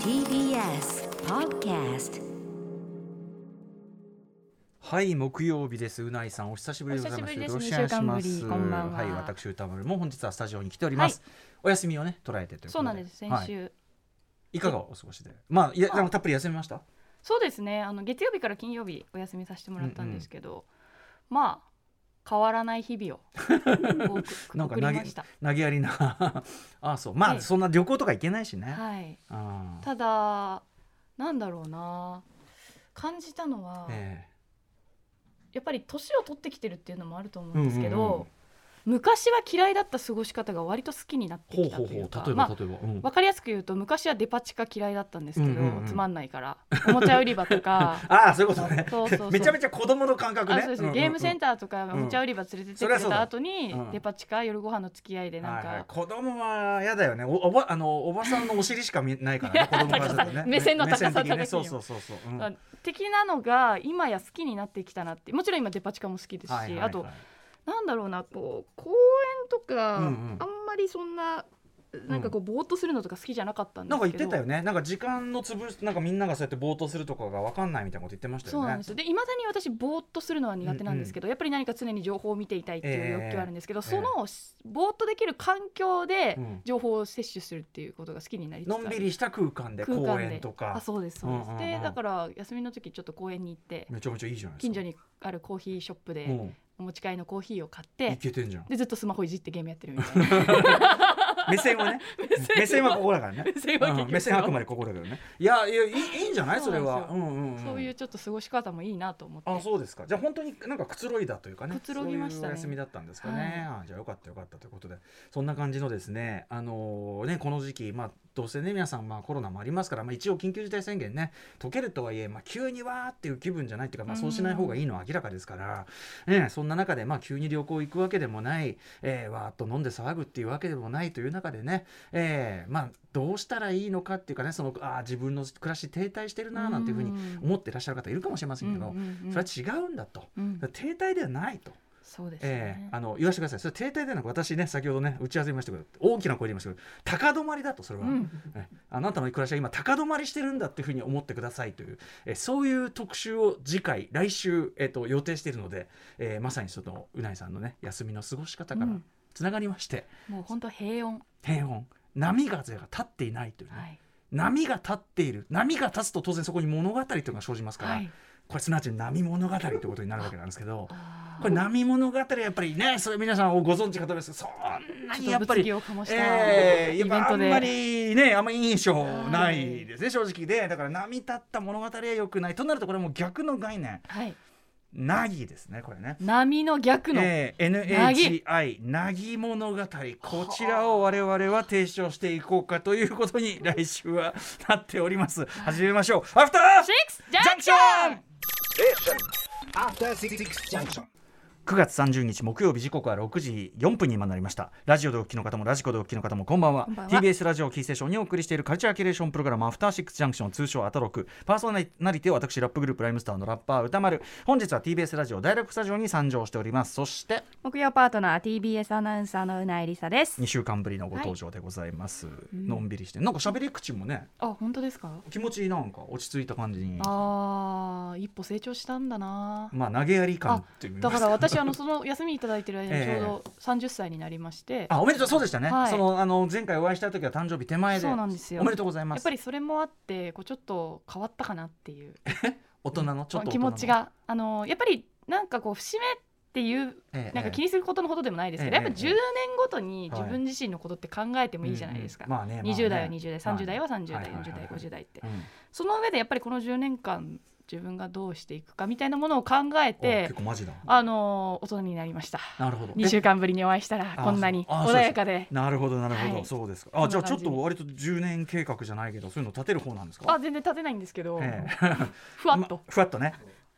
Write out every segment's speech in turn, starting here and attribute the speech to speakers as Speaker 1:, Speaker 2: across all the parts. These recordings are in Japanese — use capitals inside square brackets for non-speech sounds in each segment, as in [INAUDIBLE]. Speaker 1: TBS Podcast
Speaker 2: はい木曜日ですうないさんお久しぶりでございます
Speaker 3: お久しぶりです
Speaker 2: よろしくお願いしま
Speaker 3: 二週
Speaker 2: す
Speaker 3: 間ぶりこんばんはい
Speaker 2: 私歌丸も本日はスタジオに来ております、お休みをね捉えてということで
Speaker 3: そうなんです
Speaker 2: は
Speaker 3: 先
Speaker 2: い
Speaker 3: 週、
Speaker 2: いかがお過ごしでまあいや
Speaker 3: あ
Speaker 2: でもたっぷり休み
Speaker 3: [LAUGHS]
Speaker 2: ました
Speaker 3: そうですねあの月曜日から金曜日お休みさせてもらったんですけど、まあ変わらない日
Speaker 2: [LAUGHS]
Speaker 3: 々を多く
Speaker 2: なんか
Speaker 3: 送りました
Speaker 2: 投げやりなあそうまあ、
Speaker 3: ええ
Speaker 2: そんな旅行とか行けないしね、
Speaker 3: はい
Speaker 2: あー
Speaker 3: ただなんだろうな感じたのは、
Speaker 2: ええ
Speaker 3: やっぱり年を取ってきてるっていうのもあると思うんですけど、
Speaker 2: うんうんうん
Speaker 3: 昔は嫌いだった過ごし方が割と好きになって
Speaker 2: ほう
Speaker 3: きた
Speaker 2: ほう
Speaker 3: と
Speaker 2: ほう例
Speaker 3: いうか
Speaker 2: えば、
Speaker 3: まあ
Speaker 2: 例えば、うん
Speaker 3: わかりやすく言うと昔はデパ地下嫌いだったんですけど、
Speaker 2: うんうんうん
Speaker 3: つまんないからおもちゃ売り場
Speaker 2: [LAUGHS]
Speaker 3: とか
Speaker 2: ああそういうことね
Speaker 3: そうそうそう
Speaker 2: [LAUGHS] めちゃめちゃ子供の感覚
Speaker 3: あ
Speaker 2: ね
Speaker 3: そうです
Speaker 2: んんん
Speaker 3: ゲームセンターとかおもちゃ売り場連れてってくれ
Speaker 2: そりゃそうだ
Speaker 3: た後に、
Speaker 2: うん
Speaker 3: デパ地下夜ご飯の付き合いでなんか、
Speaker 2: はいはい子供は嫌だよねおおばあのおばさんのお尻しか見えないからね子供からするとね
Speaker 3: 目線の高さ
Speaker 2: 目的にね
Speaker 3: 高さ
Speaker 2: そ
Speaker 3: が
Speaker 2: うそうそうそう、うん
Speaker 3: あ的なのが今や好きになってきたなってもちろん今デパ地下も好きですし、
Speaker 2: はいはいはい
Speaker 3: あとなんだろうなこう公園とか、
Speaker 2: うんうん
Speaker 3: あんまりそんななんかこうぼーっとするのとか好きじゃなかったんで
Speaker 2: な
Speaker 3: す
Speaker 2: ん
Speaker 3: けど
Speaker 2: か言ってたよねなんか時間の潰しなんかみんながそうやって暴頭するとかが分かんないみたいなこと言ってました
Speaker 3: そ
Speaker 2: よ
Speaker 3: うなん
Speaker 2: ね
Speaker 3: ですよでいまだに私ぼーっとするのは苦手なんですけど、やっぱり何か常に情報を見ていたいっていう欲求はあるんですけど、
Speaker 2: ええ
Speaker 3: そのぼーっとできる環境で
Speaker 2: うん
Speaker 3: 情報を摂取するっていうことが好きになりつつあ
Speaker 2: の
Speaker 3: る
Speaker 2: んびりした空間で
Speaker 3: 空間
Speaker 2: 公
Speaker 3: で
Speaker 2: 園と
Speaker 3: あ
Speaker 2: か
Speaker 3: そうですそうです、
Speaker 2: うんうんうん
Speaker 3: でだから休みの時ちょっと公園に行って
Speaker 2: めちゃめちゃいいじゃないですか
Speaker 3: 近所にあるコーヒーショップで、
Speaker 2: うん
Speaker 3: お持ち帰りのコーヒーを買っ
Speaker 2: い
Speaker 3: て
Speaker 2: けてんじゃん
Speaker 3: でずっとスマホいじってゲームやってる
Speaker 2: [LAUGHS]
Speaker 3: みたいな
Speaker 2: 目線
Speaker 3: [LAUGHS]
Speaker 2: はね目線はここだからね
Speaker 3: 目線は結
Speaker 2: う
Speaker 3: 局
Speaker 2: ん目線はあくまでここだけどねいやいやいいいいんじゃないそれは
Speaker 3: そううん
Speaker 2: うんん
Speaker 3: そういうちょっと過ごし方もいいなと思って
Speaker 2: あそうですかじゃあ本当になんかくつろいだというかね
Speaker 3: くつろぎました
Speaker 2: そういう
Speaker 3: ね
Speaker 2: お休みだったんですかね、あじゃあよかったよかったということでそんな感じのですねあのねこの時期まあどうせね皆さんまあコロナもありますから、まあ、一応緊急事態宣言ね解けるとはいえ、まあ、急にわーっていう気分じゃないっていうか、まあ、そうしない方がいいのは明らかですから、ね、そんな中で、まあ、急に旅行行くわけでもない、えーわーっと飲んで騒ぐっていうわけでもないという中でね、えーまあ、どうしたらいいのかっていうかねそのあー自分の暮らし停滞してるなーなんていうふうに思ってらっしゃる方いるかもしれませんけど、
Speaker 3: うんうんうん
Speaker 2: それは違うんだと。
Speaker 3: うん
Speaker 2: だから停滞ではないと、
Speaker 3: そうです
Speaker 2: え
Speaker 3: ね
Speaker 2: え、あの言わせてくださいそれ停滞ではなく私ね先ほどね打ち合わせ見ましたけど大きな声で言いましたけど高止まりだとそれは、
Speaker 3: うん
Speaker 2: ええあなたの暮らしは今高止まりしてるんだっていうふうに思ってくださいという、えそういう特集を次回来週、えっと予定しているので、えまさにそのうないさんのね休みの過ごし方から
Speaker 3: うん
Speaker 2: つながりまして、
Speaker 3: もう本当平穏
Speaker 2: 平穏波風が立っていないというね、
Speaker 3: はい
Speaker 2: 波が立っている波が立つと当然そこに物語というのが生じますから、
Speaker 3: はい
Speaker 2: これすなわち波物語ということになるわけなんですけど。
Speaker 3: あー
Speaker 2: これ波物語はやっぱりねそれ皆さんをご存知かと思いますけどそんなに
Speaker 3: ちょ
Speaker 2: や
Speaker 3: っ
Speaker 2: っ
Speaker 3: と
Speaker 2: ぱ
Speaker 3: 物
Speaker 2: り
Speaker 3: 議を醸した
Speaker 2: えー、
Speaker 3: イ
Speaker 2: や
Speaker 3: ベ
Speaker 2: っ
Speaker 3: ン
Speaker 2: ぱあ
Speaker 3: ト
Speaker 2: んま
Speaker 3: で
Speaker 2: りねあんまり印象ないですね正直でだから波立った物語は良くないとなるとこれはもう逆の概念
Speaker 3: はい
Speaker 2: 凪ですねこれね。
Speaker 3: 波の逆の
Speaker 2: えー NHI なぎ物語こちらを我々は提唱していこうかということに来週はなっております始めましょうアフターシックス
Speaker 3: 6ジャンクシ
Speaker 2: ジャンクション
Speaker 3: ョン
Speaker 4: After Six Junction.
Speaker 2: 9月30日木曜日時刻は6時4分に今なりましたラジオでお聞きの方もラジコでお聞きの方もこんばんは
Speaker 3: んばんは
Speaker 2: TBS ラジオをキーステーションにお送りしているカルチャーキュレーションプログラム「アフターシックスジャンクション」通称アトロクパーソナリティは私ラップグループライムスターのラッパー歌丸本日は TBS ラジオ第6スタジオに参上しておりますそして
Speaker 5: 木曜パートナー TBS アナウンサーのうなえりさです
Speaker 2: 2週間ぶりのご登場でございます、のんびりしてなんか喋り口もね
Speaker 3: あ本当ですか
Speaker 2: 気持ちいいなんか落ち着いた感じに
Speaker 3: あー一歩成長したんだな
Speaker 2: まあ投げやり感っていう
Speaker 3: だから私あのその休みいただいて
Speaker 2: [LAUGHS]
Speaker 3: る間にちょうど30歳になりまして、
Speaker 2: あおめでとうそうでしたね、
Speaker 3: はい
Speaker 2: そのあの前回お会いした時は誕生日手前で
Speaker 3: そうなんですよ
Speaker 2: おめでとうございま
Speaker 3: やっ
Speaker 2: す
Speaker 3: ぱりそれもあってこうちょっと変わったかなっていう
Speaker 2: 大人のちょっと大
Speaker 3: 気
Speaker 2: 人の
Speaker 3: 持ちがあのやっぱりなんかこう節目っていう
Speaker 2: ええ
Speaker 3: なんか気にすることのほどでもないですけど、
Speaker 2: ええ
Speaker 3: やっぱ10年ごとに自分自身のことって考えてもいいじゃないですか、
Speaker 2: うんうんまあね
Speaker 3: 20代
Speaker 2: ま
Speaker 3: は
Speaker 2: あね
Speaker 3: 20代30代は30代、
Speaker 2: はいはいはい
Speaker 3: 40代
Speaker 2: はい
Speaker 3: 50代って、
Speaker 2: うん
Speaker 3: その上でやっぱりこの10年間自分がどうしていくかみたいなものを考え
Speaker 2: お
Speaker 3: て
Speaker 2: 結構マジだ
Speaker 3: あの大人になりました
Speaker 2: なるほど
Speaker 3: 2週間ぶりにお会いしたら
Speaker 2: あ
Speaker 3: こんなに
Speaker 2: あそうです
Speaker 3: 穏やかで
Speaker 2: なるほどなるほど、
Speaker 3: はい
Speaker 2: そうですかあじゃあ
Speaker 3: こ
Speaker 2: ちょ
Speaker 3: ん
Speaker 2: っ
Speaker 3: な感じに
Speaker 2: と割と10年計画じゃないけどそういうの立てる方なんですか
Speaker 3: あ全然立てないんですけど、
Speaker 2: [LAUGHS] ええ
Speaker 3: ふわっと
Speaker 2: ま、ふわっとね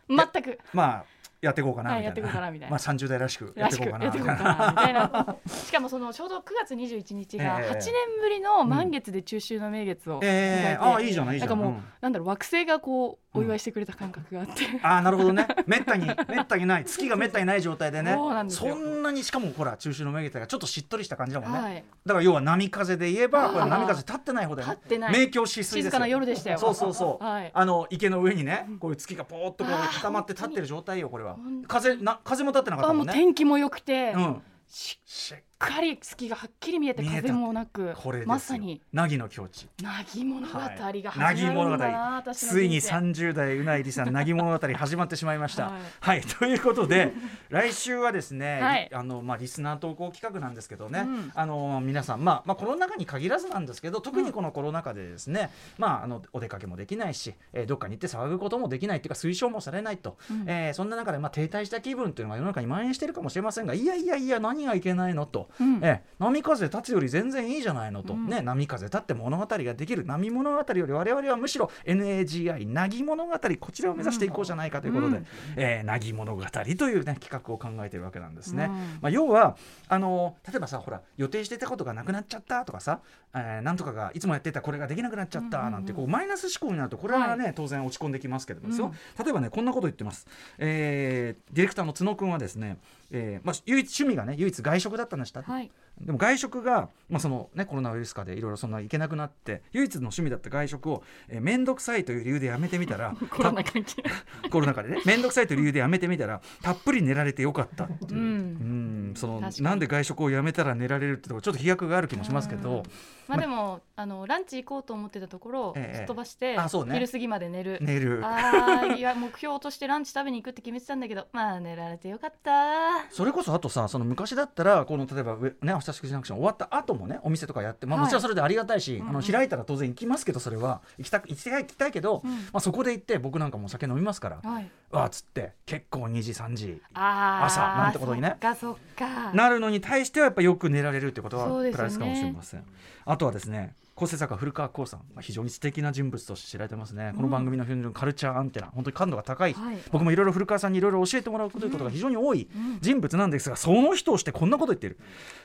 Speaker 3: 全く
Speaker 2: まあやっていこうかな
Speaker 3: はい
Speaker 2: みたいな,、
Speaker 3: やっていこうかなみたいな
Speaker 2: まあ、30代らしくや
Speaker 3: ら
Speaker 2: って
Speaker 3: し
Speaker 2: いこ
Speaker 3: く
Speaker 2: うかな
Speaker 3: やっていこうかなみたいなしかもそのちょうど9月21日が
Speaker 2: ええ
Speaker 3: 8年ぶりの満月で中秋の名月を迎え
Speaker 2: [LAUGHS] え
Speaker 3: て、
Speaker 2: ー、ああいいじゃないいいじ
Speaker 3: な
Speaker 2: ゃ
Speaker 3: んかもう、
Speaker 2: うん
Speaker 3: なんだろう惑星がこうお祝いしてくれた感覚があって、 [LAUGHS]
Speaker 2: ああなるほどねめったにめったにない月がめったにない状態でね
Speaker 3: そうなんですよ
Speaker 2: んなにしかもほら中秋の名月がちょっとしっとりした感じだもんね、
Speaker 3: はい
Speaker 2: だから要は波風で言えば
Speaker 3: あー
Speaker 2: これ波風立ってない方だよね
Speaker 3: 立ってない
Speaker 2: 明鏡止水ですよ
Speaker 3: 静かな夜でしたよ
Speaker 2: そうそうそう、
Speaker 3: はい
Speaker 2: あの池の上にねこういう月がポーっとこ
Speaker 3: あ
Speaker 2: う
Speaker 3: ー
Speaker 2: 固まって立ってる状態よこれは
Speaker 3: 本当に
Speaker 2: 風な風も立ってなかった
Speaker 3: あ
Speaker 2: も
Speaker 3: もうん
Speaker 2: ね
Speaker 3: 天気も良くて、
Speaker 2: うん
Speaker 3: し
Speaker 2: し
Speaker 3: っかり月がはっきり見えて
Speaker 2: 見えた
Speaker 3: 風もなく
Speaker 2: これですよ
Speaker 3: まさに
Speaker 2: 凪の境地
Speaker 3: 凪物語が
Speaker 2: はい
Speaker 3: 始まるんだな、私の人生
Speaker 2: ついに30代うないりさん [LAUGHS] 凪物語始まってしまいました。 [LAUGHS] は
Speaker 3: はいい、
Speaker 2: ということ
Speaker 3: [LAUGHS]
Speaker 2: で来週はですね、
Speaker 3: はい
Speaker 2: あのまあ、リスナー投稿企画なんですけどね、
Speaker 3: うん
Speaker 2: あの皆さん、まあまあ、コロナ禍に限らずなんですけど特にこのコロナ禍でですね、まあ、あのお出かけもできないし、えーどっかに行って騒ぐこともできないっていうか推奨もされないと、えーそんな中で、まあ、停滞した気分というのが世の中に蔓延しているかもしれませんがいやいやいや何がいけないのと、
Speaker 3: うん
Speaker 2: えー波風立つより全然いいじゃないのと、
Speaker 3: うん
Speaker 2: ね、波風立って物語ができる波物語より我々はむしろ NAGI なぎ物語こちらを目指していこうじゃないかということで、
Speaker 3: うん
Speaker 2: えーなぎ物語という、ね、企画を考えているわけなんですね。
Speaker 3: うん
Speaker 2: まあ、要はあの例えばさほら予定してたことがなくなっちゃったとかさ、えーなんとかがいつもやってたこれができなくなっちゃったなんて、こうマイナス思考になるとこれはね、当然落ち込んできますけれどもですよ、例えばねこんなこと言ってます、えーディレクターの角君はですね、えーまあ、唯一趣味がね唯一外食だったんでしたって、
Speaker 3: はい
Speaker 2: でも外食が、まあそのね、コロナウイルス禍でいろいろそんな行けなくなって唯一の趣味だった外食を面倒、めんどくさいという理由でやめてみたら
Speaker 3: [LAUGHS] コロナ関係
Speaker 2: た [LAUGHS] コロナ禍でね面倒くさいという理由でやめてみたらたっぷり寝られてよかったっていう。
Speaker 3: うん
Speaker 2: うんその
Speaker 3: 確かに
Speaker 2: なんで外食をやめたら寝られるってとこちょっと飛躍がある気もしますけど、
Speaker 3: まあでもあのランチ行こうと思ってたところをす
Speaker 2: ええ
Speaker 3: っ飛ばして、
Speaker 2: あそうね
Speaker 3: 昼過ぎまで寝る。
Speaker 2: 寝る
Speaker 3: あーいや目標としてランチ食べに行くって決めてたんだけどまあ寝られてよかった
Speaker 2: それこそあとさその昔だったらこの例えばウェね明日しくジャンクション終わった後もねお店とかやってまあ
Speaker 3: はい
Speaker 2: もちろんそれでありがたいし、
Speaker 3: んうん
Speaker 2: あの開いたら当然行きますけどそれは行きたく行きたい行きたいけど、
Speaker 3: うん
Speaker 2: まあそこで行って僕なんかもお酒飲みますから、
Speaker 3: はい
Speaker 2: わあつって結構2時3時
Speaker 3: あー
Speaker 2: 朝なんてことにね
Speaker 3: そっかそっか
Speaker 2: なるのに対してはやっぱよく寝られるってこと
Speaker 3: そう
Speaker 2: は
Speaker 3: です
Speaker 2: プ
Speaker 3: よね
Speaker 2: ライスかもしれません、あとはですね構成作家古川光さんまあ非常に素敵な人物として知られてますね、この番組の非常にカルチャーアンテナ本当に感度が高い、
Speaker 3: はい
Speaker 2: 僕もいろいろ古川さんにいろいろ教えてもらうこということが非常に多い人物なんですが、その人をしてこんなこと言ってる、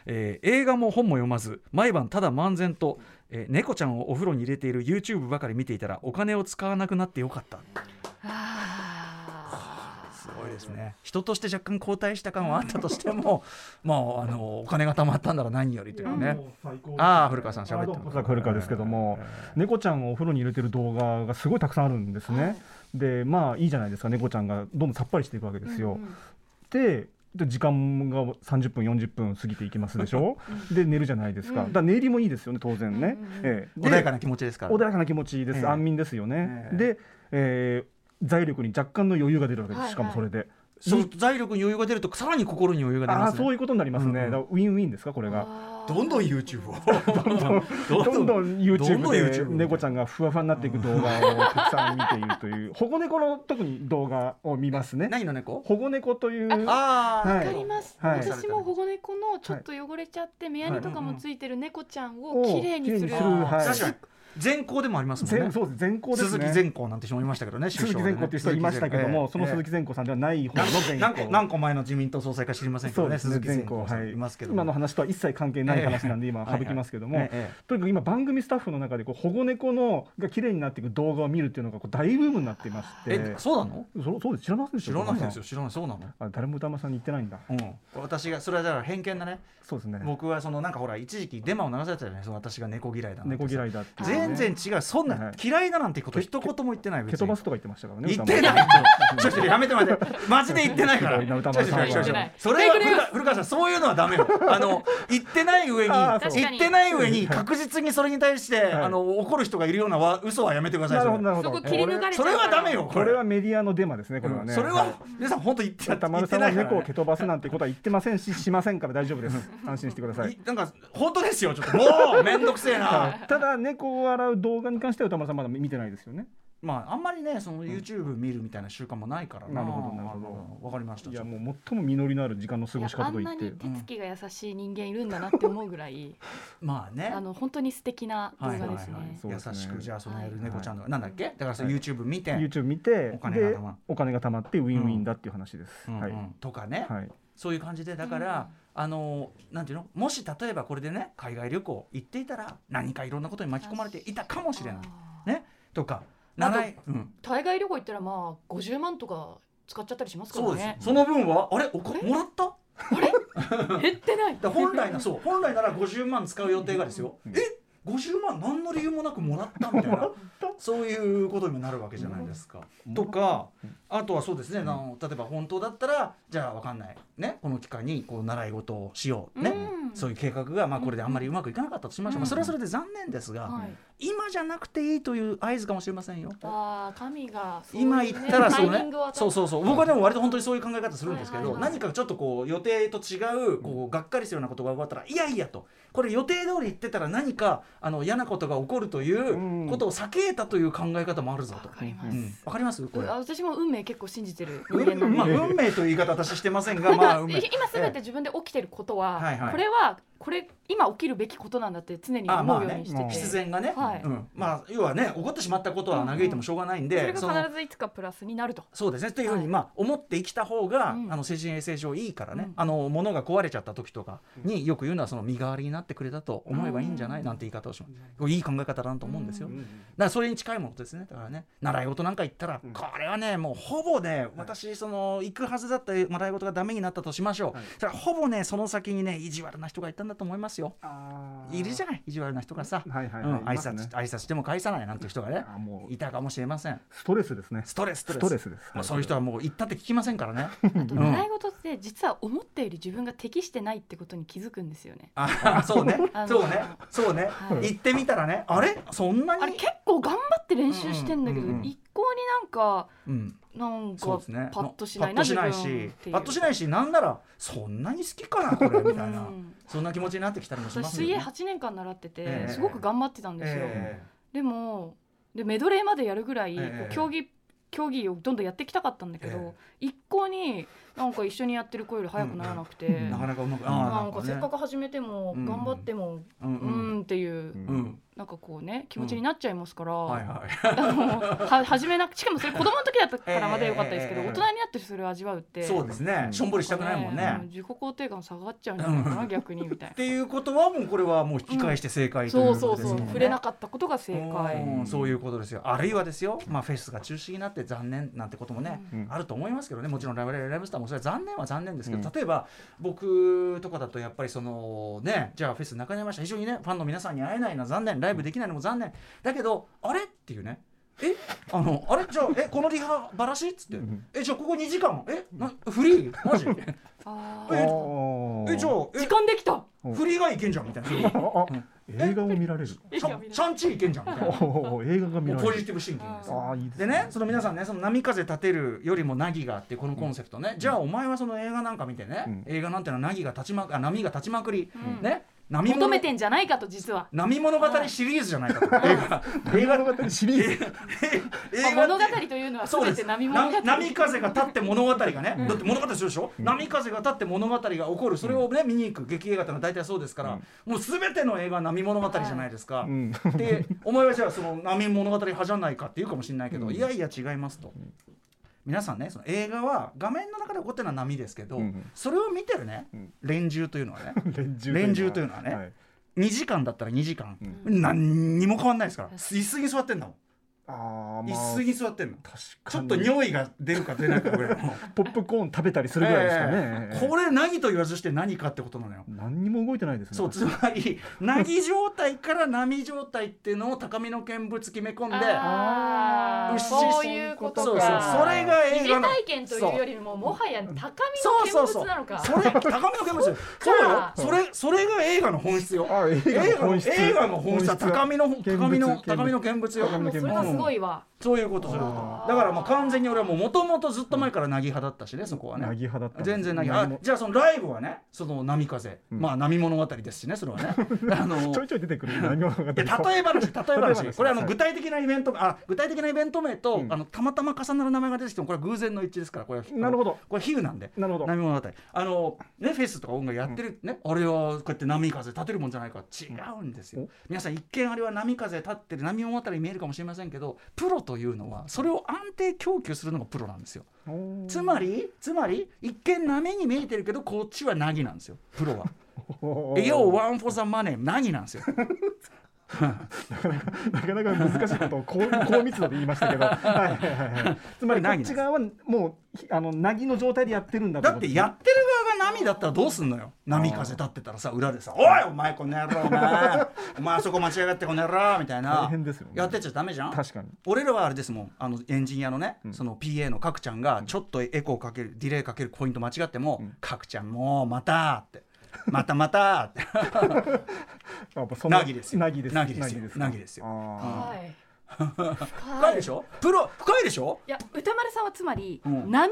Speaker 2: えー映画も本も読まず毎晩ただ漫然と、えー猫ちゃんをお風呂に入れている YouTube ばかり見ていたらお金を使わなくなってよかった
Speaker 3: あ
Speaker 2: すごいですね人として若干後退した感はあったとして
Speaker 6: [LAUGHS]
Speaker 2: もまああのお金が貯まったなら何よりというねああ古川さん喋っても
Speaker 6: あどうも古川古川ですけども、猫ちゃんをお風呂に入れてる動画がすごいたくさんあるんですね、でまあいいじゃないですか猫ちゃんがどんどんさっぱりしていくわけですよ、でで時間が30分40分過ぎていきますでしょで寝るじゃないですか、だから寝入りもいいですよね当然ね、ええで
Speaker 2: 穏やかな気持ちですから
Speaker 6: 穏やかな気持ちです、
Speaker 2: ええ
Speaker 6: 安眠ですよ
Speaker 2: え、
Speaker 6: ね
Speaker 2: え
Speaker 6: で、えー財力に若干の余裕が出るわけです、
Speaker 3: はい
Speaker 6: しかもそれで、
Speaker 2: そう財力に余裕が出るとさらに心に余裕が出
Speaker 6: あ
Speaker 2: ま
Speaker 6: あ
Speaker 2: す
Speaker 6: そう
Speaker 2: ね
Speaker 6: いうことになりますね、
Speaker 2: うんうん
Speaker 6: だからウィンウィンですかこれが。
Speaker 2: どんどん YouTube を
Speaker 6: どんどん YouTube で
Speaker 2: YouTube を
Speaker 6: 猫ちゃんがふわふわになっていく動画をたくさん見ているという保護猫の特に動画を見ますね
Speaker 2: 何の猫
Speaker 6: 保護猫という
Speaker 2: ああ
Speaker 3: ー
Speaker 6: は
Speaker 3: わ
Speaker 6: い
Speaker 3: かります、
Speaker 6: はい
Speaker 3: 私も保護猫のちょっと汚れちゃって、目やにとかもついてる猫ちゃんを
Speaker 6: はい
Speaker 3: きれいにす
Speaker 6: 綺
Speaker 3: る,、
Speaker 6: 麗にするはい
Speaker 2: 確かに全校でもありますもん
Speaker 6: 全
Speaker 2: ね
Speaker 6: そうです全校です
Speaker 2: 鈴木
Speaker 6: ね
Speaker 2: 全校なんて人もいましたけどね首
Speaker 6: 鈴木
Speaker 2: 相で
Speaker 6: 善
Speaker 2: ね
Speaker 6: 子っていう人いましたけども、
Speaker 2: ええ
Speaker 6: その鈴木善子さんではない方の善
Speaker 2: 何個何
Speaker 6: 子
Speaker 2: 個前の自民党総裁か知りませんけどね鈴木
Speaker 6: 善
Speaker 2: 全
Speaker 6: 子
Speaker 2: 校さ
Speaker 6: は
Speaker 2: ん
Speaker 6: い
Speaker 2: いますけども
Speaker 6: 今の話とは一切関係ない話なんで
Speaker 2: ええ
Speaker 6: 今省きますけども、
Speaker 2: はいはいええ
Speaker 6: とにかく今番組スタッフの中でこう保護猫のが綺麗になっていく動画を見るっていうのがこう大ブームになっていまして
Speaker 2: えそうなの
Speaker 6: そそうです知らませんでし
Speaker 2: 知
Speaker 6: ょ
Speaker 2: らないですよ知らないそうなの
Speaker 6: あ誰も歌間さんに言ってないんだ
Speaker 2: うん、私がそれはだから偏見だね
Speaker 6: そうですね
Speaker 2: 僕はそのなんかほら一時期デマを流されてたじゃないその私が猫嫌いだなんて
Speaker 6: 猫嫌いだって
Speaker 2: 全然違うそん
Speaker 6: は
Speaker 2: ない嫌いだなんてこと一言も言ってない
Speaker 6: 蹴
Speaker 2: 別
Speaker 6: 飛
Speaker 2: に
Speaker 6: ばすとか言ってましたからね
Speaker 2: 言ってないちょちょやめて待ってマジで言ってない
Speaker 6: [LAUGHS]
Speaker 2: から
Speaker 6: ひどいな
Speaker 2: ちょちょちょちょ
Speaker 3: 歌丸さんは
Speaker 2: それは古川古川さんそういうのはダメよあの言ってない上に
Speaker 6: あー
Speaker 3: そう
Speaker 2: 言ってない上に確実にそれに対してあの怒る人がいるようなわ嘘はやめてください
Speaker 6: なるほどなるほ
Speaker 3: そ
Speaker 6: ど
Speaker 3: こ切り抜かれち
Speaker 2: そ
Speaker 3: ゃ
Speaker 2: うれ
Speaker 3: から
Speaker 2: はダメよ
Speaker 6: これはメディアのデマですねこれは
Speaker 2: う
Speaker 6: ね、
Speaker 2: んそれは皆さん本当言って
Speaker 6: 歌
Speaker 2: 言
Speaker 6: 丸
Speaker 2: っ
Speaker 6: さ
Speaker 2: て
Speaker 6: んは
Speaker 2: ないから
Speaker 6: 猫を
Speaker 2: ね
Speaker 6: 蹴飛ばすなんてことは言ってませんししませんから大丈夫です安心してください
Speaker 2: いなんか本当ですよちょっともうめんどくせえな
Speaker 6: ただ猫を洗う動画に関しては歌丸さんまだ見てないですよね
Speaker 2: まああんまりねその YouTube 見るみたいな習慣もないから
Speaker 6: なるほどなるほど
Speaker 2: わかりました
Speaker 6: いやもう最も実りのある時間の過
Speaker 3: い
Speaker 6: ご
Speaker 3: や
Speaker 6: し
Speaker 3: あ
Speaker 6: 方と
Speaker 3: ん
Speaker 6: 言
Speaker 3: な
Speaker 6: っ
Speaker 3: に
Speaker 6: て
Speaker 3: 手つきが優しい人間いるんだなって思うぐらい
Speaker 2: まあね
Speaker 3: あの本当に素敵な動
Speaker 2: は
Speaker 3: 画
Speaker 2: いはいは
Speaker 3: で
Speaker 2: い
Speaker 3: すね。
Speaker 6: そうですね
Speaker 2: 優しくじゃあそのやる
Speaker 6: は
Speaker 2: 猫
Speaker 6: い
Speaker 2: ちゃんのなんだっけだからその
Speaker 6: はい
Speaker 2: YouTube 見て
Speaker 6: YouTube 見て
Speaker 2: お金が
Speaker 6: で
Speaker 2: 貯まる
Speaker 6: お金が貯まってウィンウィンだっていう話です、
Speaker 2: うんうん
Speaker 6: はい、
Speaker 2: とかね
Speaker 6: はい、
Speaker 2: そういう感じでだからあのなんていうのもし例えばこれでね海外旅行行っていたら何かいろんなことに巻き込まれていたかもしれない
Speaker 3: あー
Speaker 2: ねとか
Speaker 3: あと
Speaker 2: 長いうん
Speaker 3: 海外旅行行ったらまあ50万とか使っちゃったりしますから
Speaker 2: そうです
Speaker 3: ね。
Speaker 2: その分はあれお
Speaker 3: あれ
Speaker 2: 金もらった [LAUGHS]
Speaker 3: 減ってない。
Speaker 2: だから本来なそう本来なら50万使う予定がですよ、え50万何の理由もなくもらったみたい [LAUGHS] なそういうことにもなるわけじゃないですか。とかあとはそうですね、あの例えば本当だったらじゃあわかんないねこの機会にこう習い事をしようね、
Speaker 3: うん
Speaker 2: そういう計画が、まあ、これであんまりうまくいかなかったとしましょう、まあ、それはそれで残念ですが、
Speaker 3: はい。
Speaker 2: 今じゃなくていいという合図かもしれませんよ。
Speaker 3: ああ神がそういう
Speaker 2: 今
Speaker 3: ね
Speaker 2: 言ったらそう
Speaker 3: タイミ
Speaker 2: ね
Speaker 3: ングを与え
Speaker 2: そうそうそう僕はでも割と本当にそういう考え方するんですけ
Speaker 3: はい
Speaker 2: ど
Speaker 3: はいはい
Speaker 2: 何かちょっとこう予定と違うこうがっかりするようなことが起こったらいやいやとこれ予定通り言ってたら何かあの嫌なことが起こるということを避けたという考え方もあるぞと
Speaker 3: わかりま
Speaker 2: う
Speaker 3: す。
Speaker 2: んわかりますこれ
Speaker 3: あ私も運命結構信じてる人
Speaker 2: 運
Speaker 3: 間なんで
Speaker 2: まあ運命という言い方私してませんがまあ運
Speaker 3: 今
Speaker 2: 命
Speaker 3: すべて自分で起きてることは、
Speaker 2: はいはい
Speaker 3: これはこれ今起きるべきことなんだって常に
Speaker 2: あまあ
Speaker 3: 思うよう
Speaker 2: ね
Speaker 3: にしてて、
Speaker 2: 必然がね
Speaker 3: はい
Speaker 2: うんまあ要はね起こってしまったことは嘆いてもしょうがないん
Speaker 3: それ
Speaker 2: でそ
Speaker 3: が
Speaker 2: の
Speaker 3: 必ずいつかプラスになると。
Speaker 2: そうですねというふう
Speaker 3: は
Speaker 2: に
Speaker 3: い
Speaker 2: まあ思って生きた方が、
Speaker 3: うん
Speaker 2: あの精神衛生上いいからね、
Speaker 3: うん
Speaker 2: あの物が壊れちゃった時とかによく言うのはその身代わりになってくれたと思えばいいんじゃない、なんて言い方をしますこれいい考え方だなと思うんですよ、だからそれに近いものですねだからね習い事なんか行ったら、これはねもうほぼね私その行くはずだった習い事がダメになったとしましょう、それはほぼねその先にね意地悪な人がいたんだと思いますよいるじゃない意地悪な人がさ、
Speaker 6: はいはいはい
Speaker 2: うん
Speaker 6: い
Speaker 2: 挨
Speaker 6: ますね
Speaker 2: 拶挨拶しても返さないなんて人がね
Speaker 6: あもう
Speaker 2: いたかもしれません
Speaker 6: ストレスですね
Speaker 2: ストレスス
Speaker 6: ストレスです
Speaker 2: まあ、そういう人はもう行ったって聞きませんからね。
Speaker 3: あと習い事って実は思ったより自分が適してないってことに気づくんですよね。
Speaker 2: あそうね
Speaker 3: あの
Speaker 2: そうねそうね、
Speaker 3: は
Speaker 2: 行
Speaker 3: い
Speaker 2: ってみたらねあれそんなに
Speaker 3: あれ結構頑張って練習してんだけど、
Speaker 2: うんうんうん
Speaker 3: 一向になんか
Speaker 2: うん、
Speaker 3: なん
Speaker 2: そう
Speaker 3: か
Speaker 2: ですね
Speaker 3: パッとしないな、
Speaker 2: パッとしない
Speaker 3: 自
Speaker 2: し
Speaker 3: 分っていう
Speaker 2: パッとしないしなんならそんなに好きかなこれみたいな、
Speaker 3: うん
Speaker 2: そんな気持ちになってきたりもしま
Speaker 3: 私
Speaker 2: すよ
Speaker 3: 水泳
Speaker 2: ね。
Speaker 3: 8年間習ってて、
Speaker 2: ええ
Speaker 3: すごく頑張ってたんですよ。
Speaker 2: え
Speaker 3: でもでメドレーまでやるぐら
Speaker 2: え
Speaker 3: い、
Speaker 2: え
Speaker 3: こう競技競技をどんどんやってきたかったんだけど、
Speaker 2: え
Speaker 3: 一向になんか一緒にやってる子より早くならなくて、
Speaker 2: えなかなかうまく
Speaker 3: なんかせっか
Speaker 2: く
Speaker 3: く始めても
Speaker 2: うん
Speaker 3: 頑張っても
Speaker 2: うん
Speaker 3: う
Speaker 2: うんん、
Speaker 3: っていう、
Speaker 2: うん
Speaker 3: なんかこうね気持ちになっちゃいますから、
Speaker 2: はいはい
Speaker 3: あのは始めなくしかもそ
Speaker 2: [LAUGHS]
Speaker 3: れ子供の時だったからまだ良かったですけど、
Speaker 2: ええええ
Speaker 3: 大人になってそれを味わうって
Speaker 2: そうですね、
Speaker 6: うん
Speaker 2: しょんぼりしたくないもんね。
Speaker 3: うん自己肯定感下がっちゃうんじゃないかな、
Speaker 2: うん
Speaker 3: 逆にみたい
Speaker 2: っ
Speaker 3: な。
Speaker 2: ていうことはもうこれはもう引き返して正解とい
Speaker 3: そう
Speaker 2: こと
Speaker 3: うそう
Speaker 2: です
Speaker 3: そう、
Speaker 2: もんね。
Speaker 3: 触れなかったことが正解。
Speaker 2: うんそういうことですよあるいはですよ、まあ、フェスが中止になって残念なんてこともね、
Speaker 6: うん
Speaker 2: あると思いますけどねもちろんライブラリーライブスターもそれは残念は残念ですけど、
Speaker 6: うん
Speaker 2: 例えば僕とかだとやっぱりそのねじゃあフェスなくなりました非常にねファンの皆さんに会えないのは残念ライブできないのも残念だけどあれっていうねえあのあれじゃあえこのリハバラシっつって
Speaker 6: ん
Speaker 2: えじゃあここ2時間えなフリーマジ
Speaker 3: あ
Speaker 2: え
Speaker 3: ー
Speaker 2: えじゃあ
Speaker 3: 時間できた。
Speaker 2: えフリーがいけんじゃんみたいな
Speaker 6: ああ映画を見られる
Speaker 2: シャンシャンチーいけんじゃんみたいな
Speaker 6: おお映画が
Speaker 2: も
Speaker 6: 見ら
Speaker 2: う
Speaker 6: れ
Speaker 2: ポジ
Speaker 6: る
Speaker 2: ティブシンキングですよ
Speaker 6: ああいいです
Speaker 2: でね、その皆さんね、その波風立てるよりも凪がってこのコンセプトね、じゃあお前はその映画なんか見てね、
Speaker 6: うん
Speaker 2: 映画なんてのは凪が立ちまあ波が立ちまくり、
Speaker 3: うん
Speaker 2: ね、波物
Speaker 3: 求めてんじゃないかと実は。
Speaker 2: 波物語シリーズじゃないかと映
Speaker 3: [LAUGHS]
Speaker 2: 画
Speaker 6: 映画のシリーズ
Speaker 3: まあ
Speaker 2: 映画
Speaker 3: 物語というのは
Speaker 2: そう
Speaker 3: 全
Speaker 2: で
Speaker 3: て
Speaker 2: す
Speaker 3: 波物語。
Speaker 2: な波風が立って物語がね、だって物語するでしょ、波風が立って物語が起こるそれをね見に行く劇映画ってのは大体そうですから、もう全ての映画は波物語じゃないですか、
Speaker 6: うん
Speaker 2: でお前はじゃあその難民物語派じゃないかって言うかもしれないけど、
Speaker 6: うん
Speaker 2: いやいや違いますと、皆さんねその映画は画面の中で起こってるのは波ですけど、
Speaker 6: うん
Speaker 2: それを見てるね、
Speaker 6: ん
Speaker 2: 連中というのは
Speaker 6: [LAUGHS]
Speaker 2: ね
Speaker 6: 連中
Speaker 2: 連中というのはね、
Speaker 6: はい
Speaker 2: 2時間だったら2時間、
Speaker 6: う
Speaker 2: 何にも変わんないですから椅子に座ってんだも
Speaker 6: ああ
Speaker 2: ん、
Speaker 6: ま
Speaker 2: 椅
Speaker 6: あ
Speaker 2: 子に座ってんの
Speaker 6: 確
Speaker 2: ち
Speaker 6: か
Speaker 2: ょっ
Speaker 6: に
Speaker 2: と匂いが出るか出ないかぐらい
Speaker 6: [LAUGHS]
Speaker 2: の
Speaker 6: ポップコーン食べたりするぐらいですかね、
Speaker 2: ええこれ何と言わずして何かってことなのよ
Speaker 6: 何にも動いてないですね
Speaker 2: そうつまり凪状態から波状態っていうのを高みの見物決め込んで
Speaker 3: あー
Speaker 2: 牛
Speaker 3: そういうことか。
Speaker 2: そうそうそれが映
Speaker 3: 疑
Speaker 2: 画
Speaker 3: 似
Speaker 2: の
Speaker 3: 体験というよりももはや高みの
Speaker 2: そうそうそう
Speaker 3: 見物なのか。
Speaker 2: それ高めの見物そうよそれそれが映画の本質よ
Speaker 6: あ映
Speaker 2: 映
Speaker 6: 画
Speaker 2: 画
Speaker 6: の
Speaker 2: の
Speaker 6: 本質
Speaker 2: 映画の本質は
Speaker 6: 本質は
Speaker 2: 高みの
Speaker 6: 物
Speaker 2: 高みの
Speaker 6: 見物
Speaker 2: 高みの見物よ
Speaker 6: 高みの見
Speaker 3: それはすごいわ。
Speaker 2: そういうことそういうことだからまあ完全に俺はもともとずっと前からなぎ派だったしねそこはね
Speaker 6: なぎ派だったんです
Speaker 2: 全然なぎ派あじゃあそのライブはねその波風、
Speaker 6: うん
Speaker 2: まあ波物語ですしねそれは
Speaker 6: [LAUGHS]
Speaker 2: ねあの
Speaker 6: ちょいちょい出てくる何を語
Speaker 2: いや例え話例え
Speaker 6: 例え
Speaker 2: 話
Speaker 6: 話
Speaker 2: これあの
Speaker 6: はい
Speaker 2: 具体的なイベントあ具体的なイベント名と、
Speaker 6: うん
Speaker 2: あのたまたま重なる名前が出てきてもこれは偶然の一致ですからこれは
Speaker 6: なるほど
Speaker 2: これ比喩なんで
Speaker 6: なるほど
Speaker 2: 波物語あのねフェスとか音楽やってるね、あれはこうやって波風立てるもんじゃないから違うんですよ、
Speaker 6: お
Speaker 2: 皆さん一見あれは波風立ってる波物語に見えるかもしれませんけどプロというのはそれを安定供給するのがプロなんですよ
Speaker 6: おー
Speaker 2: つまりつまり一見波に見えてるけどこっちは凪なんですよプ [LAUGHS] ロは
Speaker 6: おー
Speaker 2: 要ワンフォーザマネー凪なんですよ
Speaker 6: なかなか難しいことを高高密度で言いまし
Speaker 2: [LAUGHS]
Speaker 6: たけど、はいはいはいはい、つまりこっち側はもうひあのなぎの状態でやってるんだ
Speaker 2: [LAUGHS] だってや
Speaker 6: っ
Speaker 2: ってる側が波だったらどうすんのよ波風立ってたらさ裏でさ「おいお前この野郎お
Speaker 6: [LAUGHS]
Speaker 2: 前お前あそこ間違えってこの野郎」みたいな
Speaker 6: 大変ですよね
Speaker 2: やってちゃダメじゃん
Speaker 6: 確かに
Speaker 2: 俺らはあれですもんあのエンジニアのね、
Speaker 6: ん
Speaker 2: その PA の角ちゃんがちょっとエコーかけるディレイかけるポイント間違っても
Speaker 6: ん
Speaker 2: 「角、ちゃんもうまた」
Speaker 6: [LAUGHS]
Speaker 2: って「またまた」って
Speaker 6: あやっぱその
Speaker 2: なぎですよ
Speaker 6: なぎです
Speaker 2: なぎですよなぎですよ
Speaker 6: あ
Speaker 5: はい。
Speaker 2: 深いでしょプロ深いでしょ
Speaker 3: いや歌丸さんはつまり、
Speaker 2: うん
Speaker 3: 波物語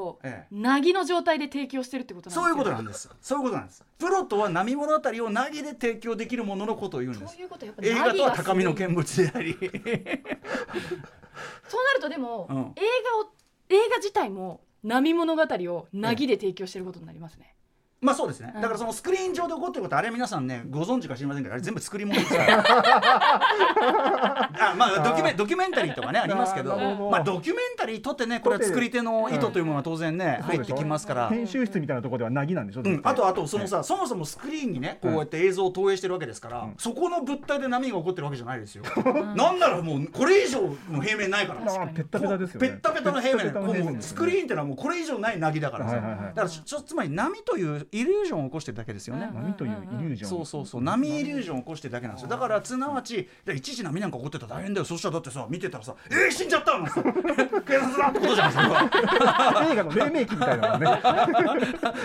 Speaker 3: を
Speaker 2: ええ
Speaker 3: なぎの状態で提供してるってことなんです
Speaker 2: そういうことなんですそういうことなんですプロとは波物語をなぎで提供できるもののことを言うんで
Speaker 7: そ
Speaker 2: す
Speaker 7: ういうことやっぱ
Speaker 2: 映画
Speaker 7: ナビ
Speaker 2: と
Speaker 7: が
Speaker 2: は高みの見物であり
Speaker 7: そうなるとでも、
Speaker 2: うん
Speaker 7: 映画を映画自体も波物語をなぎで提供してることになりますね。
Speaker 2: まあそうですね、
Speaker 7: うん
Speaker 2: だからそのスクリーン上で起こってることあれは皆さんねご存知か知りませんけどあれ全部作り物ですから [LAUGHS] あまあドキュメドキュメンタリーとかねありますけど
Speaker 6: なるほど
Speaker 2: まあ、ドキュメンタリーとってねこれは作り手の意図というものは当然ね、入ってきますから。
Speaker 6: 編集室みたいなところではなぎなんでしょ、
Speaker 2: うん、あとあとそ
Speaker 6: そ
Speaker 2: の
Speaker 6: の
Speaker 2: さ、そもそもスクリーンにねこうやって映像を投影してるわけですから、そこの物体で波が起こってるわけじゃないですよ、なんならもうこれ以上の平面ないから
Speaker 6: あーペッタペタですよね
Speaker 2: ペッタペタの平面
Speaker 6: ペッタペタの平面
Speaker 2: こう
Speaker 6: です
Speaker 2: ス
Speaker 6: ね
Speaker 2: クリーンってのはもうこれ以上ないなぎだからさ、
Speaker 6: はいはいはい
Speaker 2: だからちょつまり波というイリュージョンを起こしてるだけですよね、
Speaker 6: 波というイリュージョン
Speaker 2: そうそうそう波イリュージョンを起こしてるだけなんですよだからすなわちで一時波なんか起こってたら大変だよそしたらだってさ見てたらさ「えー、死んじゃった!」なんてさ [LAUGHS] 警察だってことじゃんそれは
Speaker 6: 映画の黎明期みたいなのね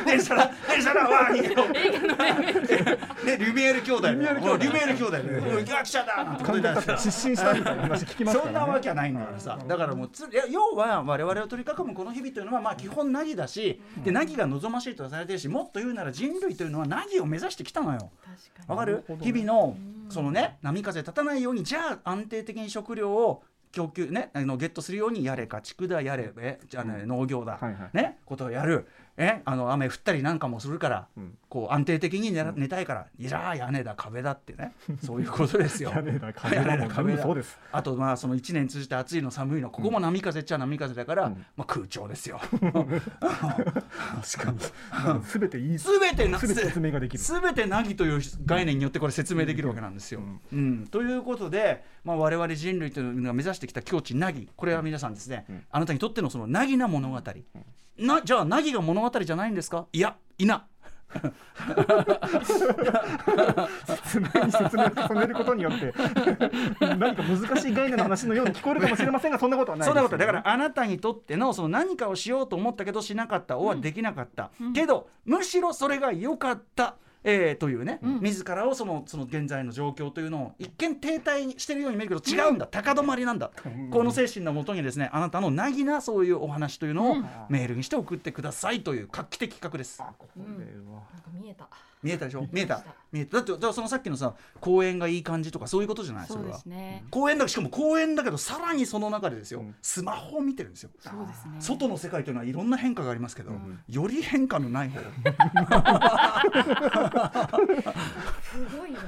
Speaker 2: 電車だ電車だわー逃げろねリュミエール兄弟だよもうリュミエール兄弟だよもう来ちゃったなんてこと
Speaker 6: 完
Speaker 2: にな
Speaker 6: 全
Speaker 2: る
Speaker 6: だって失神したみたいな話聞きますから、
Speaker 2: そ
Speaker 6: ね、
Speaker 2: んなわけはないんだからさだからもうついや要は我々を取り囲むこの日々というのはまあ基本ナギだし、でナギが望ましいとされてるしもっと言うなら人類というのはナギを目指してきたのよ。わかる日々のそのね波風立たないようにじゃあ安定的に食料を供給ねあのゲットするようにやれ家畜だやれえじゃあ、ね農業だ、
Speaker 6: はいはい
Speaker 2: ねことをやるえあの雨降ったりなんかもするから、
Speaker 6: ん
Speaker 2: こう安定的に寝ら寝たいから、いやー屋根だ壁だってねそういうことですよ。
Speaker 6: 屋根だ壁だ
Speaker 2: 屋根
Speaker 6: 全部そうです
Speaker 2: あとまあその1年通じて暑いの寒いのここも波風っちゃ波風だから、まあ、空調です
Speaker 6: [LAUGHS]
Speaker 2: よ。
Speaker 6: 確かになんか全ていい
Speaker 2: すべてな
Speaker 6: [LAUGHS] 全て説明ができる
Speaker 2: すべて凪という概念によってこれ説明できるわけなんですよ。うんということで、まあ、我々人類というのが目指してきた境地凪これは皆さんですね、あなたにとってのその凪な物語、なじゃあ凪が物語じゃないんですかいやいな。
Speaker 6: 説明に説明を重ねることによって [LAUGHS] 何か難しい概念の話のように聞こえるかもしれませんがそんなことはない
Speaker 2: そ
Speaker 6: です
Speaker 2: んなことだからあなたにとってのその何かをしようと思ったけどしなかったおはできなかった、けどむしろそれが良かった。えーというね、自らをそのその現在の状況というのを一見停滞してるように見えるけど違うんだ、高止まりなんだ、この精神のもとにですねあなたのなぎなそういうお話というのをメールにして送ってくださいという画期的企画です。
Speaker 6: これは
Speaker 7: なんか見えた。
Speaker 2: 見えたでしょ見えた見えただってだからそのさっきのさ公演がいい感じとかそういうことじゃないそ
Speaker 3: そう
Speaker 2: れ
Speaker 3: で
Speaker 2: は
Speaker 3: す。ね。
Speaker 2: 公演だしかも公演だけどさらにその中でですよ、
Speaker 6: うん
Speaker 2: スマホを見てるんですよ。
Speaker 3: そうですね。
Speaker 2: 外の世界というのはいろんな変化がありますけど、より変化のない方
Speaker 7: すごいな。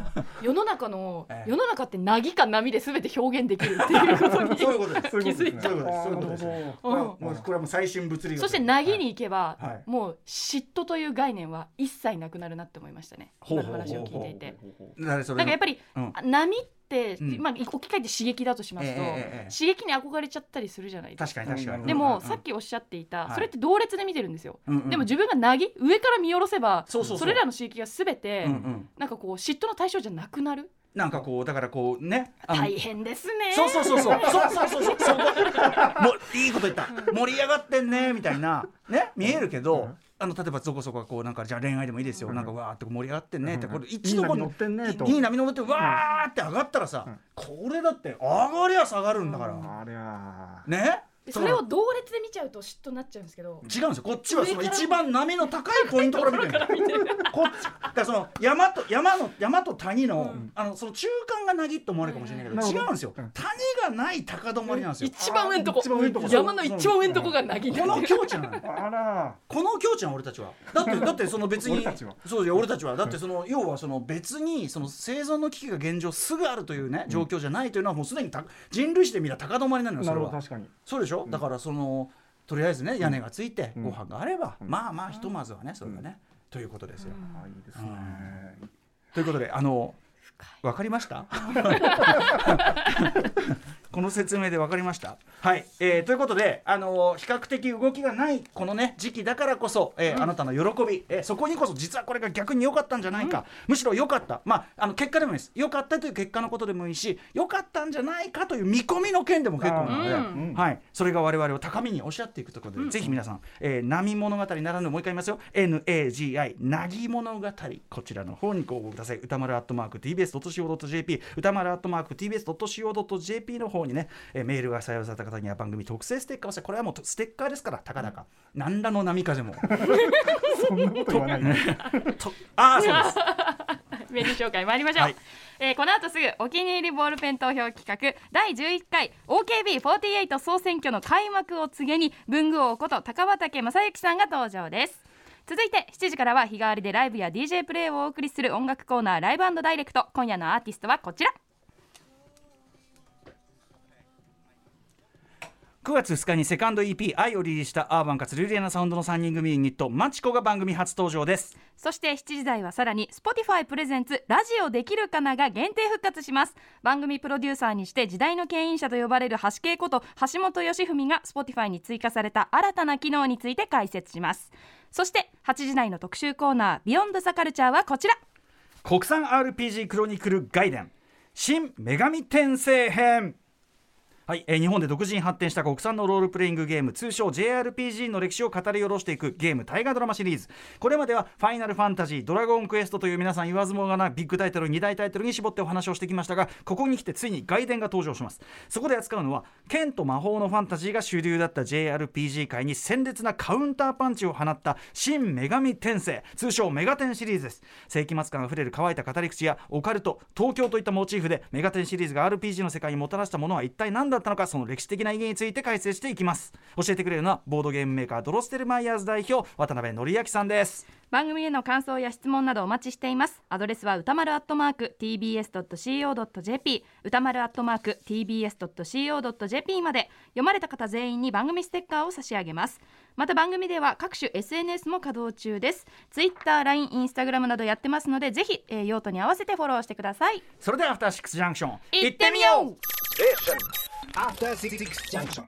Speaker 7: 世の中の、
Speaker 2: ええ
Speaker 7: 世の中ってなぎか波で全て表現できるっていうことに。
Speaker 2: [LAUGHS] そういうことです。
Speaker 6: そういうことですね
Speaker 2: そういうことです。そういうことです。これは
Speaker 7: う
Speaker 2: もうこれはもう最新物理学。
Speaker 7: そしてなぎに行けば、
Speaker 2: はい
Speaker 7: もう嫉妬という概念は一切なくなるなって思いましたね。
Speaker 2: ほう
Speaker 7: 今の
Speaker 2: ほ
Speaker 7: 話
Speaker 2: うほうほう
Speaker 7: を聞いていて。
Speaker 2: 誰それ
Speaker 7: なんかやっぱり、
Speaker 2: うん
Speaker 7: あ波って、
Speaker 2: うん
Speaker 7: まあ置き換えて刺激だとしますと、
Speaker 2: ええええええ
Speaker 7: 刺激に憧れちゃったりするじゃないですか。
Speaker 2: 確かに確かに。
Speaker 7: で
Speaker 2: うんうんう
Speaker 7: も
Speaker 2: ん
Speaker 7: さっきおっしゃっていた、
Speaker 2: はい
Speaker 7: それって同列で見てるんですよ、
Speaker 2: うんうん
Speaker 7: でも自分がなぎ上から見下ろせば
Speaker 2: そうそうそう
Speaker 7: れらの刺激が全て、
Speaker 2: うんうん
Speaker 7: なんかこう嫉妬の対象じゃなくなる
Speaker 2: なんかこうだからこうね。あの
Speaker 7: 大変ですね
Speaker 2: そうそうそうそうそうそうそうそうそうもういいこと言った盛り上がってんねみたいなね見えるけどあの例えばそこそここうなんかじゃあ恋愛でもいいですよ、
Speaker 6: うん
Speaker 2: なんかわーって盛り上がってねって、
Speaker 6: うん
Speaker 2: これ一度こ
Speaker 6: いい波乗ってんねと
Speaker 2: いい波乗ってわーって上がったらさ、
Speaker 6: うん
Speaker 2: これだって上がりゃ下がるんだから、
Speaker 6: あれは
Speaker 2: ね
Speaker 7: でそれを同列で見ちゃうと嫉妬になっちゃうんですけど
Speaker 2: 違うんですよこっちはその
Speaker 7: 上から
Speaker 2: 一番波の高いポイントから見てる
Speaker 7: [LAUGHS]
Speaker 2: こっちだからその山と山の山と谷の,、あのその中間がなぎって思われるかもしれないけど、
Speaker 6: なるほ
Speaker 2: 違
Speaker 6: ど
Speaker 2: うんですよ、
Speaker 6: うん
Speaker 2: 谷がない高止まりなんですよ、
Speaker 7: 一番上のとこ
Speaker 6: 一番上のとこ
Speaker 7: 山の一番上のとこがなぎ
Speaker 2: この境地なのよ
Speaker 6: あら
Speaker 2: この境地は俺たちはだ
Speaker 6: [LAUGHS]
Speaker 2: ってだってその別に
Speaker 6: 俺たちは
Speaker 2: そうじゃ俺たちはだってその要はその別にその生存の危機が現状すぐあるというね状況じゃないというのはもうすでにた人類史で見たら高止まりなのよそ
Speaker 6: な
Speaker 2: れ
Speaker 6: るほど
Speaker 2: は
Speaker 6: 確かに
Speaker 2: そうでしょだからそのとりあえずね屋根がついて
Speaker 6: うん
Speaker 2: ご飯があれば
Speaker 6: うん
Speaker 2: まあまあひとまずはねそれがねということですよ
Speaker 6: あいいです
Speaker 2: う
Speaker 6: ね
Speaker 2: ということであのわかりました [LAUGHS] この説明でわかりましたはい、えーということで、あのー比較的動きがないこのね時期だからこそ、えーあなたの喜び、えーそこにこそ実はこれが逆に良かったんじゃないか、むしろ良かったまああの結果でもいいです良かったという結果のことでもいいし良かったんじゃないかという見込みの件でも結構なので、
Speaker 6: あーうん
Speaker 2: はい、それが我々を高みに押し合っていくということで、ぜひ皆さん、えー波物語ならぬもう一回言いますよ NAGI なぎ物語こちらの方にご応募ください歌丸アットマーク TBS.CO.JP 歌丸アットマーク TBS.CO.JP の方にね、えーメールが採用された方には番組特製ステッカーをしてこれはもうステッカーですから高々、何らの波風 [LAUGHS] も
Speaker 6: そんなこと言わないね
Speaker 2: とああそうです
Speaker 3: [LAUGHS] メニュー紹介参りましょう、
Speaker 2: はい
Speaker 3: えーこの後すぐお気に入りボールペン投票企画第11回 OKB48 総選挙の開幕を告げに文具王こと高畑正幸さんが登場です続いて7時からは日替わりでライブや DJ プレイをお送りする音楽コーナーライブダイレクト今夜のアーティストはこちら
Speaker 2: 9月2日にセカンド EP「愛」をリリースしたアーバンかつルリアなサウンドの3人組ユニットマチコが番組初登場です
Speaker 3: そして7時台はさらに Spotify プレゼンツラジオできるかなが限定復活します番組プロデューサーにして時代の牽引者と呼ばれる橋恵こと橋本良文が Spotify に追加された新たな機能について解説しますそして8時台の特集コーナービヨンドザカルチャーはこちら
Speaker 2: 国産 RPG クロニクル外伝新女神転生編はい、えー日本で独自に発展した国産のロールプレイングゲーム通称 JRPG の歴史を語り下ろしていくゲーム大河ドラマシリーズこれまでは「ファイナルファンタジー」「ドラゴンクエスト」という皆さん言わずもがなビッグタイトル2大タイトルに絞ってお話をしてきましたがここに来てついに外伝が登場しますそこで扱うのは剣と魔法のファンタジーが主流だった JRPG 界に鮮烈なカウンターパンチを放った新女神転生通称メガテンシリーズです世紀末感あふれる乾いた語り口やオカルト東京といったモチーフでメガテンシリーズが RPG の世界にもたらしたものは一体何だったのかその歴史的な意義について解説していきます教えてくれるのはボードゲームメーカードロステルマイヤーズ代表渡辺則明さんです
Speaker 3: 番組への感想や質問などお待ちしていますアドレスは歌丸アットマーク tbs.co.jp 歌丸アットマーク tbs.co.jp まで読まれた方全員に番組ステッカーを差し上げますまた番組では各種 SNS も稼働中です Twitter、LINE、Instagram などやってますのでぜひ、えー用途に合わせてフォローしてください
Speaker 2: それではアフターシックスジャンクション
Speaker 3: 行ってみよう
Speaker 4: Station. After Six Junction.